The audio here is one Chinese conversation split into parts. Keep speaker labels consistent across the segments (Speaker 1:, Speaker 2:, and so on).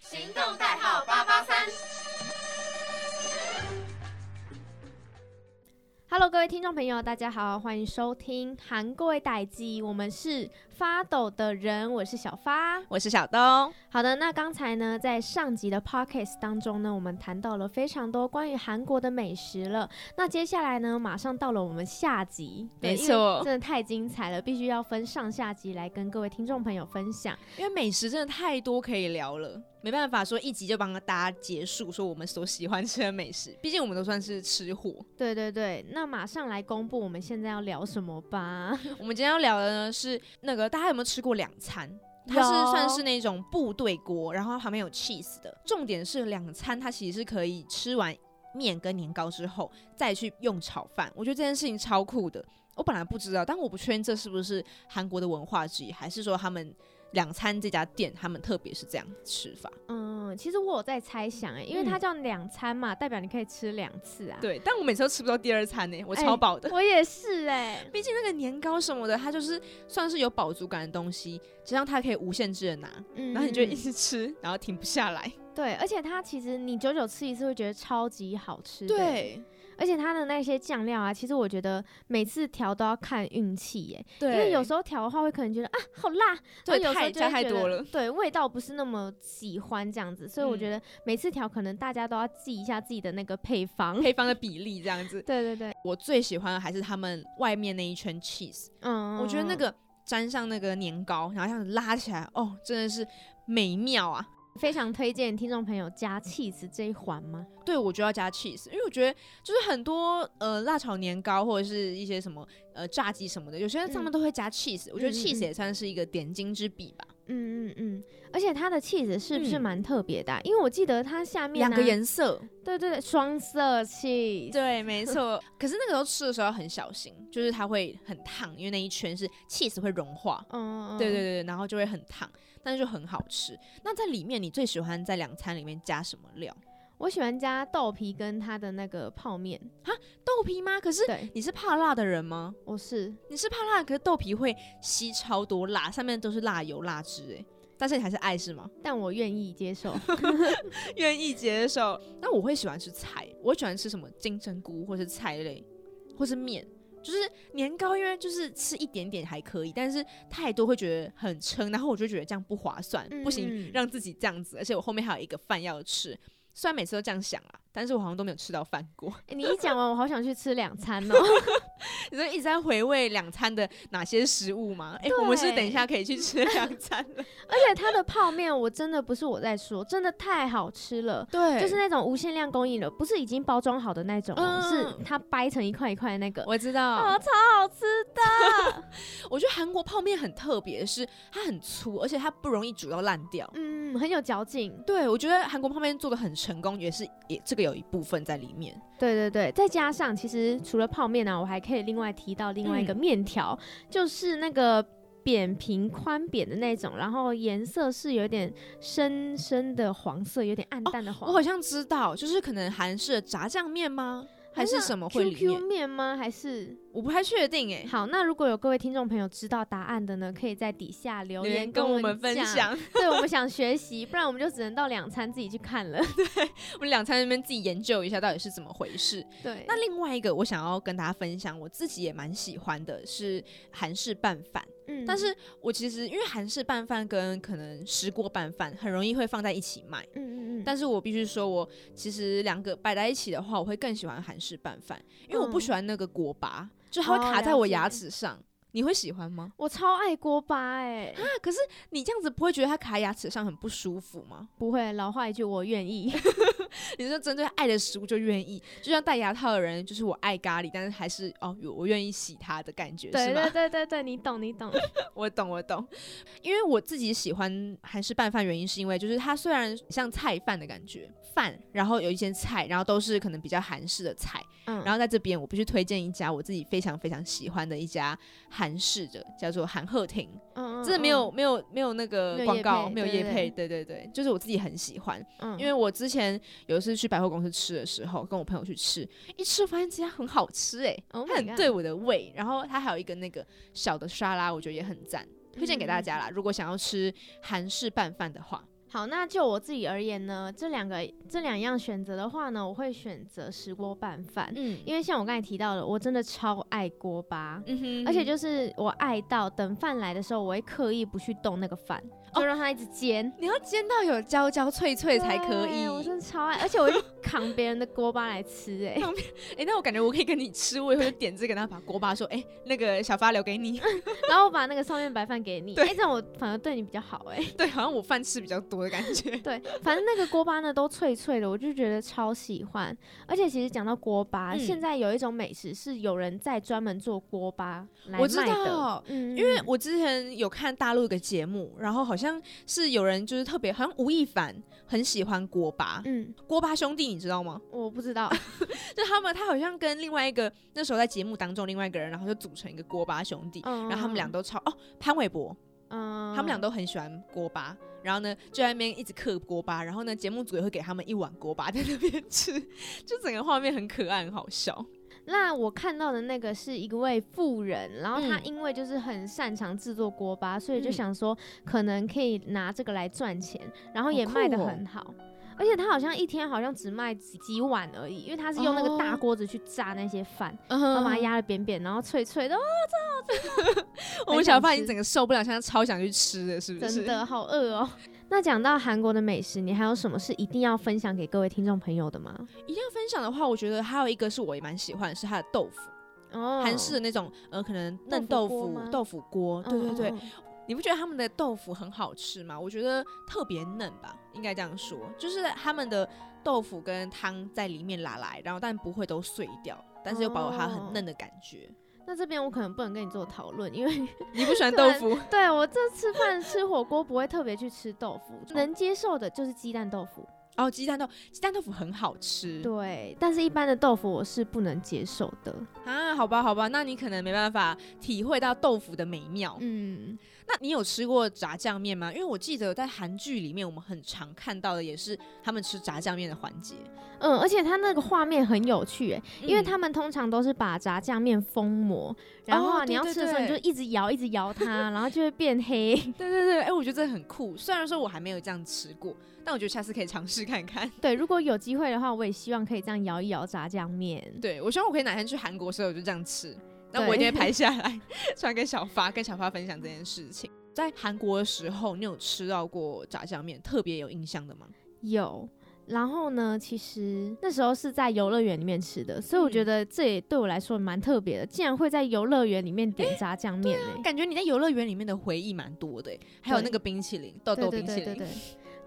Speaker 1: 行动代号八八三。
Speaker 2: Hello，各位听众朋友，大家好，欢迎收听《韩国代记》，我们是发抖的人，我是小发。
Speaker 3: 我是小东。
Speaker 2: 好的，那刚才呢，在上集的 podcast 当中呢，我们谈到了非常多关于韩国的美食了。那接下来呢，马上到了我们下集，对
Speaker 3: 没
Speaker 2: 因为
Speaker 3: 错
Speaker 2: 真的太精彩了，必须要分上下集来跟各位听众朋友分享。
Speaker 3: 因为美食真的太多可以聊了，没办法说一集就帮大家结束，说我们所喜欢吃的美食。毕竟我们都算是吃货。
Speaker 2: 对对对，那马上来公布我们现在要聊什么吧。
Speaker 3: 我们今天要聊的呢是那个大家有没有吃过两餐？它是
Speaker 2: 有
Speaker 3: 算是那种部队锅，然后它旁边有 cheese 的。重点是两餐它其实是可以吃完面跟年糕之后再去用炒饭，我觉得这件事情超酷的。我本来不知道，但我不确定这是不是韩国的文化之一，还是说他们两餐这家店他们特别是这样吃法。
Speaker 2: 嗯，其实我有在猜想、欸，因为它
Speaker 3: 嗯
Speaker 2: 叫两餐嘛，代表你可以吃两次啊。
Speaker 3: 对，但我每次都吃不到第二餐呢、我
Speaker 2: 哎
Speaker 3: 超饱的。
Speaker 2: 我也是哎、
Speaker 3: 毕竟那个年糕什么的，它就是算是有饱足感的东西，只让它可以无限制的拿，
Speaker 2: 嗯，
Speaker 3: 然后你就一直吃，然后停不下来。
Speaker 2: 对，而且它其实你久久吃一次会觉得超级好吃的，，而且它的那些酱料啊，其实我觉得每次调都要看运气耶，
Speaker 3: 对
Speaker 2: 因为有时候调的话会可能觉得啊好辣，
Speaker 3: 对
Speaker 2: 然后有时候
Speaker 3: 太
Speaker 2: 就会
Speaker 3: 加太
Speaker 2: 觉得
Speaker 3: 多了
Speaker 2: 对，味道不是那么喜欢这样子，所以我
Speaker 3: 嗯
Speaker 2: 觉得每次调可能大家都要记一下自己的那个配 方，
Speaker 3: 配方的比例这样子。
Speaker 2: 对对对，
Speaker 3: 我最喜欢的还是他们外面那一圈 cheese，、
Speaker 2: 嗯，
Speaker 3: 我觉得那
Speaker 2: 嗯
Speaker 3: 个沾上那个年糕，然后这样子拉起来，哦，真的是美妙啊！
Speaker 2: 非常推荐听众朋友加 cheese 这一环吗？
Speaker 3: 对，我就要加 cheese，因为我觉得就是很多呃辣炒年糕或者是一些什么呃炸鸡什么的，有些人他们
Speaker 2: 嗯
Speaker 3: 都会加 cheese，、我觉得
Speaker 2: 嗯嗯
Speaker 3: cheese
Speaker 2: 嗯
Speaker 3: 也算是一个点睛之笔吧。
Speaker 2: 嗯嗯嗯，而且它的 cheese 是不是
Speaker 3: 嗯
Speaker 2: 蛮特别的啊、因为我记得它下面
Speaker 3: 两
Speaker 2: 啊
Speaker 3: 个颜色，
Speaker 2: 对对对，双色气。
Speaker 3: 对，没错。可是那个时候吃的时候要很小心，就是它会很烫，因为那一圈是 cheese 会融化。
Speaker 2: 嗯，嗯
Speaker 3: 对对，对，然后就会很烫，但是就很好吃。那在里面，你最喜欢在两餐里面加什么料？
Speaker 2: 我喜欢加豆皮跟它的那个泡面。
Speaker 3: 豆皮吗？可是
Speaker 2: 对，
Speaker 3: 你是怕辣的人吗？
Speaker 2: 我是
Speaker 3: 你是怕辣，可是豆皮会吸超多辣，上面都是辣油辣汁哎、但是你还是爱是吗？
Speaker 2: 但我愿意接受。
Speaker 3: 愿意接受。那我会喜欢吃菜，我喜欢吃什么金针菇或是菜类，或是面。就是年糕，因为就是吃一点点还可以，但是太多会觉得很撑，然后我就觉得这样不划算，
Speaker 2: 嗯
Speaker 3: 不
Speaker 2: 嗯
Speaker 3: 行，让自己这样子。而且我后面还有一个饭要吃，虽然每次都这样想啊，但是我好像都没有吃到饭 过。
Speaker 2: 诶哎你一讲完，我好想去吃两餐哦。
Speaker 3: 你就一直在回味两餐的哪些食物吗？哎、我们是不是等一下可以去吃两餐了。
Speaker 2: 而且它的泡面，我真的不是我在说，真的太好吃了。
Speaker 3: 对
Speaker 2: 就是那种无限量供应的，不是已经包装好的那种哦、
Speaker 3: 嗯
Speaker 2: 是它掰成一块一块的那个，
Speaker 3: 我知道，
Speaker 2: 哦，超好吃的。
Speaker 3: 我觉得韩国泡面很特别，是它很粗，而且它不容易煮到烂掉。
Speaker 2: 嗯，很有嚼劲。
Speaker 3: 对，我觉得韩国泡面做的很成功，也是也这个有一部分在里面。
Speaker 2: 对对对，再加上其实除了泡面呢、啊我还可以另外提到另外一个
Speaker 3: 嗯
Speaker 2: 面条，就是那个扁平宽扁的那种，然后颜色是有点深深的黄色，有点暗淡的黄。
Speaker 3: 哦我好像知道，就是可能韩式的炸酱面吗？还是什么会里
Speaker 2: QQ
Speaker 3: 面？
Speaker 2: 面吗？还是
Speaker 3: 我不太确定哎、
Speaker 2: 好？那如果有各位听众朋友知道答案的呢，可以在底下留
Speaker 3: 留
Speaker 2: 言
Speaker 3: 言跟我们
Speaker 2: 们
Speaker 3: 分
Speaker 2: 讲。
Speaker 3: 享，
Speaker 2: 对，我们想学习，不然我们就只能到两餐自己去看 了。
Speaker 3: 我们两餐那边自己研究一下到底是怎么回事。
Speaker 2: 对，
Speaker 3: 那另外一个我想要跟大家分享，我自己也蛮喜欢的是韩式拌饭，
Speaker 2: 嗯
Speaker 3: 但是我其实因为韩式拌饭跟可能石锅拌饭很容易会放在一起卖。
Speaker 2: 嗯嗯嗯，
Speaker 3: 但是我必须说我，其实两个摆在一起的话，我会更喜欢韩式拌饭，因为我不
Speaker 2: 嗯
Speaker 3: 喜欢那个锅巴，就它会
Speaker 2: 哦
Speaker 3: 卡在
Speaker 2: 了
Speaker 3: 我
Speaker 2: 解
Speaker 3: 牙齿上。你会喜欢吗？
Speaker 2: 我超爱锅巴哎、
Speaker 3: 啊，可是你这样子不会觉得它卡在牙齿上很不舒服吗？
Speaker 2: 不会，老话一句，我愿意。
Speaker 3: 你是针对爱的食物就愿意，就像戴牙套的人，就是我爱咖喱，但是还是哦，我我愿意洗它的感觉，
Speaker 2: 对
Speaker 3: 是吗
Speaker 2: 对？对对对，你懂你 懂。
Speaker 3: 我懂，我懂，因为我自己喜欢韩式拌饭，原因是因为就是它虽然像菜饭的感觉，饭，然后有一些菜，然后都是可能比较韩式的菜，
Speaker 2: 嗯，
Speaker 3: 然后在这边，我必须推荐一家我自己非常非常喜欢的一家韩式的，叫做韩鹤亭。
Speaker 2: 嗯
Speaker 3: 真的没有，没有没有那
Speaker 2: 没
Speaker 3: 个
Speaker 2: 有
Speaker 3: 广
Speaker 2: 业
Speaker 3: 告，
Speaker 2: 配
Speaker 3: 没有
Speaker 2: 对
Speaker 3: 业
Speaker 2: 对
Speaker 3: 配，对对对，就是我自己很喜欢。
Speaker 2: 嗯嗯
Speaker 3: 因为我之前有一次去百货公司吃的时候，跟我朋友去吃，一吃发现这家很好吃哎、
Speaker 2: Oh
Speaker 3: 它
Speaker 2: my
Speaker 3: 很
Speaker 2: god
Speaker 3: 对我的胃。然后它还有一个那个
Speaker 2: 嗯
Speaker 3: 小的沙拉，我觉得也很赞，推荐给大家啦。如果想要吃韩式拌饭的话，
Speaker 2: 好，那就我自己而言呢，这两个这两样选择的话呢，我会选择石锅拌饭，
Speaker 3: 嗯
Speaker 2: 因为像我刚才提到的，我真的超爱锅巴。
Speaker 3: 嗯哼
Speaker 2: 而且就是我爱到等饭来的时候，我会刻意不去动那个饭，就让它一直煎，
Speaker 3: 你要煎到有焦焦脆脆哦才可以
Speaker 2: 对。我真的超爱，而且我会扛别人的锅巴来吃、 哎，
Speaker 3: 哎、那我感觉我可以跟你吃，我以后就点这个，然后把锅巴说，哎、那个小发留 给你。
Speaker 2: 然后我把那个上面白饭给你，哎、
Speaker 3: 对
Speaker 2: 这样我反而对你比较好、哎，
Speaker 3: 对，好像我饭吃比较多的感觉。
Speaker 2: 对，反正那个锅巴呢都脆脆的，我就觉得超喜欢。而且其实讲到锅巴，
Speaker 3: 嗯
Speaker 2: 现在有一种美食是有人在专门做锅巴来
Speaker 3: 我知
Speaker 2: 卖的，
Speaker 3: 道，
Speaker 2: 嗯，
Speaker 3: 因为
Speaker 2: 嗯
Speaker 3: 我之前有看大陆一个节目，然后好像是有人就是特别，好像吴亦凡很喜欢锅巴，
Speaker 2: 嗯，
Speaker 3: 锅巴兄弟你知道吗？
Speaker 2: 我不知道，
Speaker 3: 就他们，他好像跟另外一个那时候在节目当中另外一个人，然后就组成一个锅巴兄弟。
Speaker 2: 嗯，
Speaker 3: 然后他们俩
Speaker 2: 嗯，
Speaker 3: 都超哦，潘玮柏，
Speaker 2: 嗯，
Speaker 3: 他们俩都很喜欢锅巴，然后呢就在那边一直嗑锅巴，然后呢节目组也会给他们一碗锅巴在那边吃， 就整个画面很可爱，很好笑。
Speaker 2: 那我看到的那个是一位富人，然后他
Speaker 3: 嗯
Speaker 2: 因为就是很擅长制作锅巴，所以就
Speaker 3: 嗯
Speaker 2: 想说可能可以拿这个来赚钱，然后
Speaker 3: 好
Speaker 2: 也卖得
Speaker 3: 酷哦
Speaker 2: 很好。而且他好像一天好像只卖几几碗而已，因为他是用那个大
Speaker 3: 哦
Speaker 2: 锅子去炸那些饭，然后
Speaker 3: 嗯
Speaker 2: 把它压得扁扁，然后脆脆的，哦
Speaker 3: 我
Speaker 2: 很
Speaker 3: 们
Speaker 2: 想
Speaker 3: 小范已
Speaker 2: 吃
Speaker 3: 经整个受不了，现在超想去吃的，是不是？
Speaker 2: 真的好饿哦。那讲到韩国的美食，你还有什么是一定要分享给各位听众朋友的吗？
Speaker 3: 一定要分享的话，我觉得还有一个是我也蛮喜欢的，是它的豆腐，
Speaker 2: 哦
Speaker 3: 韩式的那种呃，可能嫩
Speaker 2: 豆
Speaker 3: 豆
Speaker 2: 腐锅
Speaker 3: 腐
Speaker 2: 吗、
Speaker 3: 豆腐锅，对对对
Speaker 2: 嗯，嗯嗯
Speaker 3: 你不觉得他们的豆腐很好吃吗？我觉得特别嫩吧，应该这样说，就是他们的豆腐跟汤在里面拉来，然后但不会都碎掉，但是又保有它很嫩的感觉。
Speaker 2: 那这边我可能不能跟你做讨论，因为
Speaker 3: 你不喜欢豆腐？
Speaker 2: 哦对啊我这吃饭吃火锅不会特别去吃豆腐，能接受的就是鸡蛋豆腐。
Speaker 3: 哦，鸡蛋豆，鸡蛋豆腐很好吃。
Speaker 2: 对，但是一般的豆腐我是不能接受的。
Speaker 3: 啊，好吧，好吧，那你可能没办法体会到豆腐的美妙。
Speaker 2: 嗯，
Speaker 3: 那你有吃过炸酱面吗？因为我记得在韩剧里面，我们很常看到的也是他们吃炸酱面的环节，嗯
Speaker 2: 嗯，而且它那个画面很有趣、欸，因为他们通常都是把炸酱面封膜，然后啊
Speaker 3: 哦对
Speaker 2: 你要
Speaker 3: 对
Speaker 2: 吃的时候你就
Speaker 3: 对
Speaker 2: 一直摇一直摇它，然后就会变黑。
Speaker 3: 对对对，哎、我觉得这很酷。虽然说我还没有这样吃过，但我觉得下次可以尝试看看。
Speaker 2: 对，如果有机会的话，我也希望可以这样摇一摇炸酱面。
Speaker 3: 对，我希望我可以哪天去韩国的时候我就这样吃，那
Speaker 2: 对
Speaker 3: 我一定会 拍下来，传给小发，跟小发分享这件事情。在韩国的时候，你有吃到过炸酱面特别有印象的吗？
Speaker 2: 有。然后呢，其实那时候是在游乐园里面吃的，所以我觉
Speaker 3: 嗯
Speaker 2: 得这也对我来说蛮特别的，竟然会在游乐园里面点炸酱面呢、
Speaker 3: 感觉你在游乐园里面的回忆蛮多的、欸还有
Speaker 2: 对
Speaker 3: 那个冰淇淋，豆
Speaker 2: 对
Speaker 3: 豆
Speaker 2: 对
Speaker 3: 冰淇
Speaker 2: 对
Speaker 3: 淋，
Speaker 2: 对对，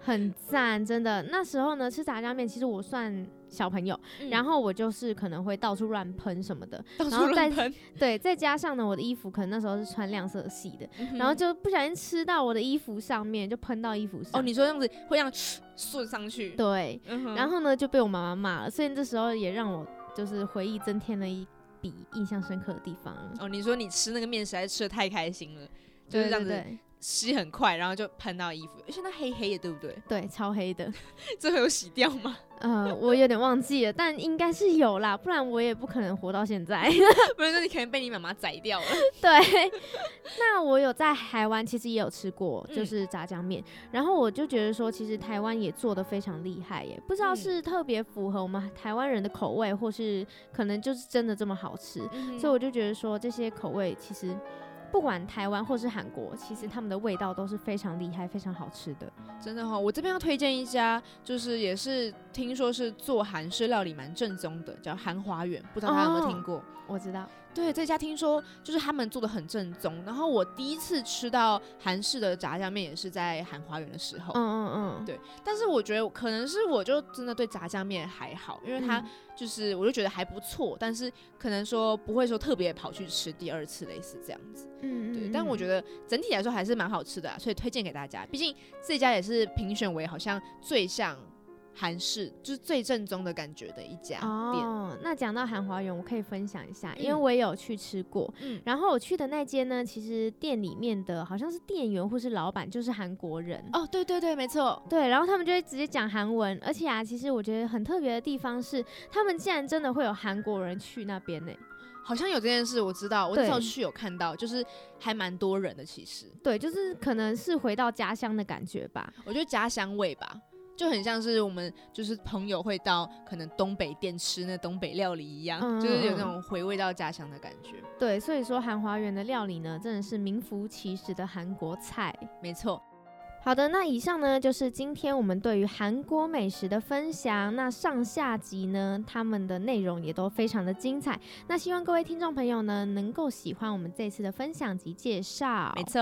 Speaker 2: 很赞，真的。那时候呢，吃炸酱面，其实我算小朋友，
Speaker 3: 嗯
Speaker 2: 然后我就是可能会到处乱喷什么的，
Speaker 3: 到
Speaker 2: 然后
Speaker 3: 处
Speaker 2: 再
Speaker 3: 乱喷，
Speaker 2: 对，再加上呢，我的衣服可能那时候是穿亮色系的，
Speaker 3: 嗯 哼
Speaker 2: 然后就不小心吃到我的衣服上面，就喷到衣服上。
Speaker 3: 哦，你说这样子会让 顺上去，
Speaker 2: 对，
Speaker 3: 嗯哼，
Speaker 2: 然后呢就被我妈妈骂了，所以这时候也让我就是回忆增添了一笔印象深刻的地方。
Speaker 3: 哦，你说你吃那个面实在吃的太开心了，就
Speaker 2: 对
Speaker 3: 是这样
Speaker 2: 对
Speaker 3: 子吸很快，然后就喷到衣服，而且那黑黑的，对不 对？
Speaker 2: 对对，超黑的。
Speaker 3: 最后有洗掉吗？
Speaker 2: 呃，我有点忘记了，但应该是有啦，不然我也不可能活到现在。
Speaker 3: 不然那你可能被你妈妈宰掉 了。
Speaker 2: 对，那我有在台湾其实也有吃过，就
Speaker 3: 嗯
Speaker 2: 是炸酱面，然后我就觉得说，其实台湾也做的非常厉害耶，不知道
Speaker 3: 嗯
Speaker 2: 是特别符合我们台湾人的口味，或是可能就是真的这么好吃，
Speaker 3: 嗯
Speaker 2: 所以我就觉得说，这些口味其实不管台湾或是韩国，其实他们的味道都是非常厉害、非常好吃的。
Speaker 3: 真的哈、我这边要推荐一家，就是也是听说是做韩式料理蛮正宗的，叫韩华园，不知道大家有没有听过？
Speaker 2: 我知道，
Speaker 3: 对，这家听说就是他们做的很正宗。然后我第一次吃到韩式的炸酱面也是在韩华园的时候，
Speaker 2: 嗯嗯嗯，
Speaker 3: 对但是我觉得可能是我就真的对炸酱面还好，因为它
Speaker 2: 嗯
Speaker 3: 就是我就觉得还不错，但是可能说不会说特别跑去吃第二次类似这样子。
Speaker 2: 嗯
Speaker 3: 对，但我觉
Speaker 2: 得
Speaker 3: 得整体来说还是蛮好吃的、啊，所以推荐给大家。毕竟这家也是评选为好像最像韩式，就是最正宗的感觉的一家店。
Speaker 2: 哦，那讲到韩华园，我可以分享一下，因为
Speaker 3: 嗯
Speaker 2: 我也有去吃过，
Speaker 3: 嗯，
Speaker 2: 然后我去的那间呢，其实店里面的好像是店员或是老板就是韩国人。
Speaker 3: 哦，对对对，没错。
Speaker 2: 对，然后他们就会直接讲韩文，而且啊，其实我觉得很特别的地方是，他们竟然真的会有韩国人去那边呢、
Speaker 3: 好像有这件事，我知道，我那
Speaker 2: 对
Speaker 3: 时候去有看到，就是还蛮多人的。其实
Speaker 2: 对，就是可能是回到家乡的感觉吧。
Speaker 3: 我觉得家乡味吧，就很像是我们就是朋友会到可能东北店吃那东北料理一样，
Speaker 2: 嗯
Speaker 3: 就是有
Speaker 2: 嗯
Speaker 3: 那种回味到家乡的感觉。
Speaker 2: 对，所以说韩华园的料理呢，真的是名副其实的韩国菜。
Speaker 3: 没错，
Speaker 2: 好的，那以上呢就是今天我们对于韩国美食的分享。那上下集呢，他们的内容也都非常的精彩。那希望各位听众朋友呢，能够喜欢我们这次的分享及介绍。
Speaker 3: 没错，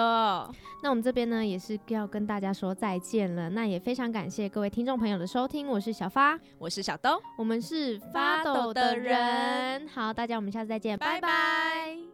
Speaker 2: 那我们这边呢也是要跟大家说再见了。那也非常感谢各位听众朋友的收听，我是小发，
Speaker 3: 我是小东。
Speaker 2: 我们是
Speaker 3: 发抖的人
Speaker 2: 好，大家我们下次再见，拜
Speaker 3: 拜
Speaker 2: 拜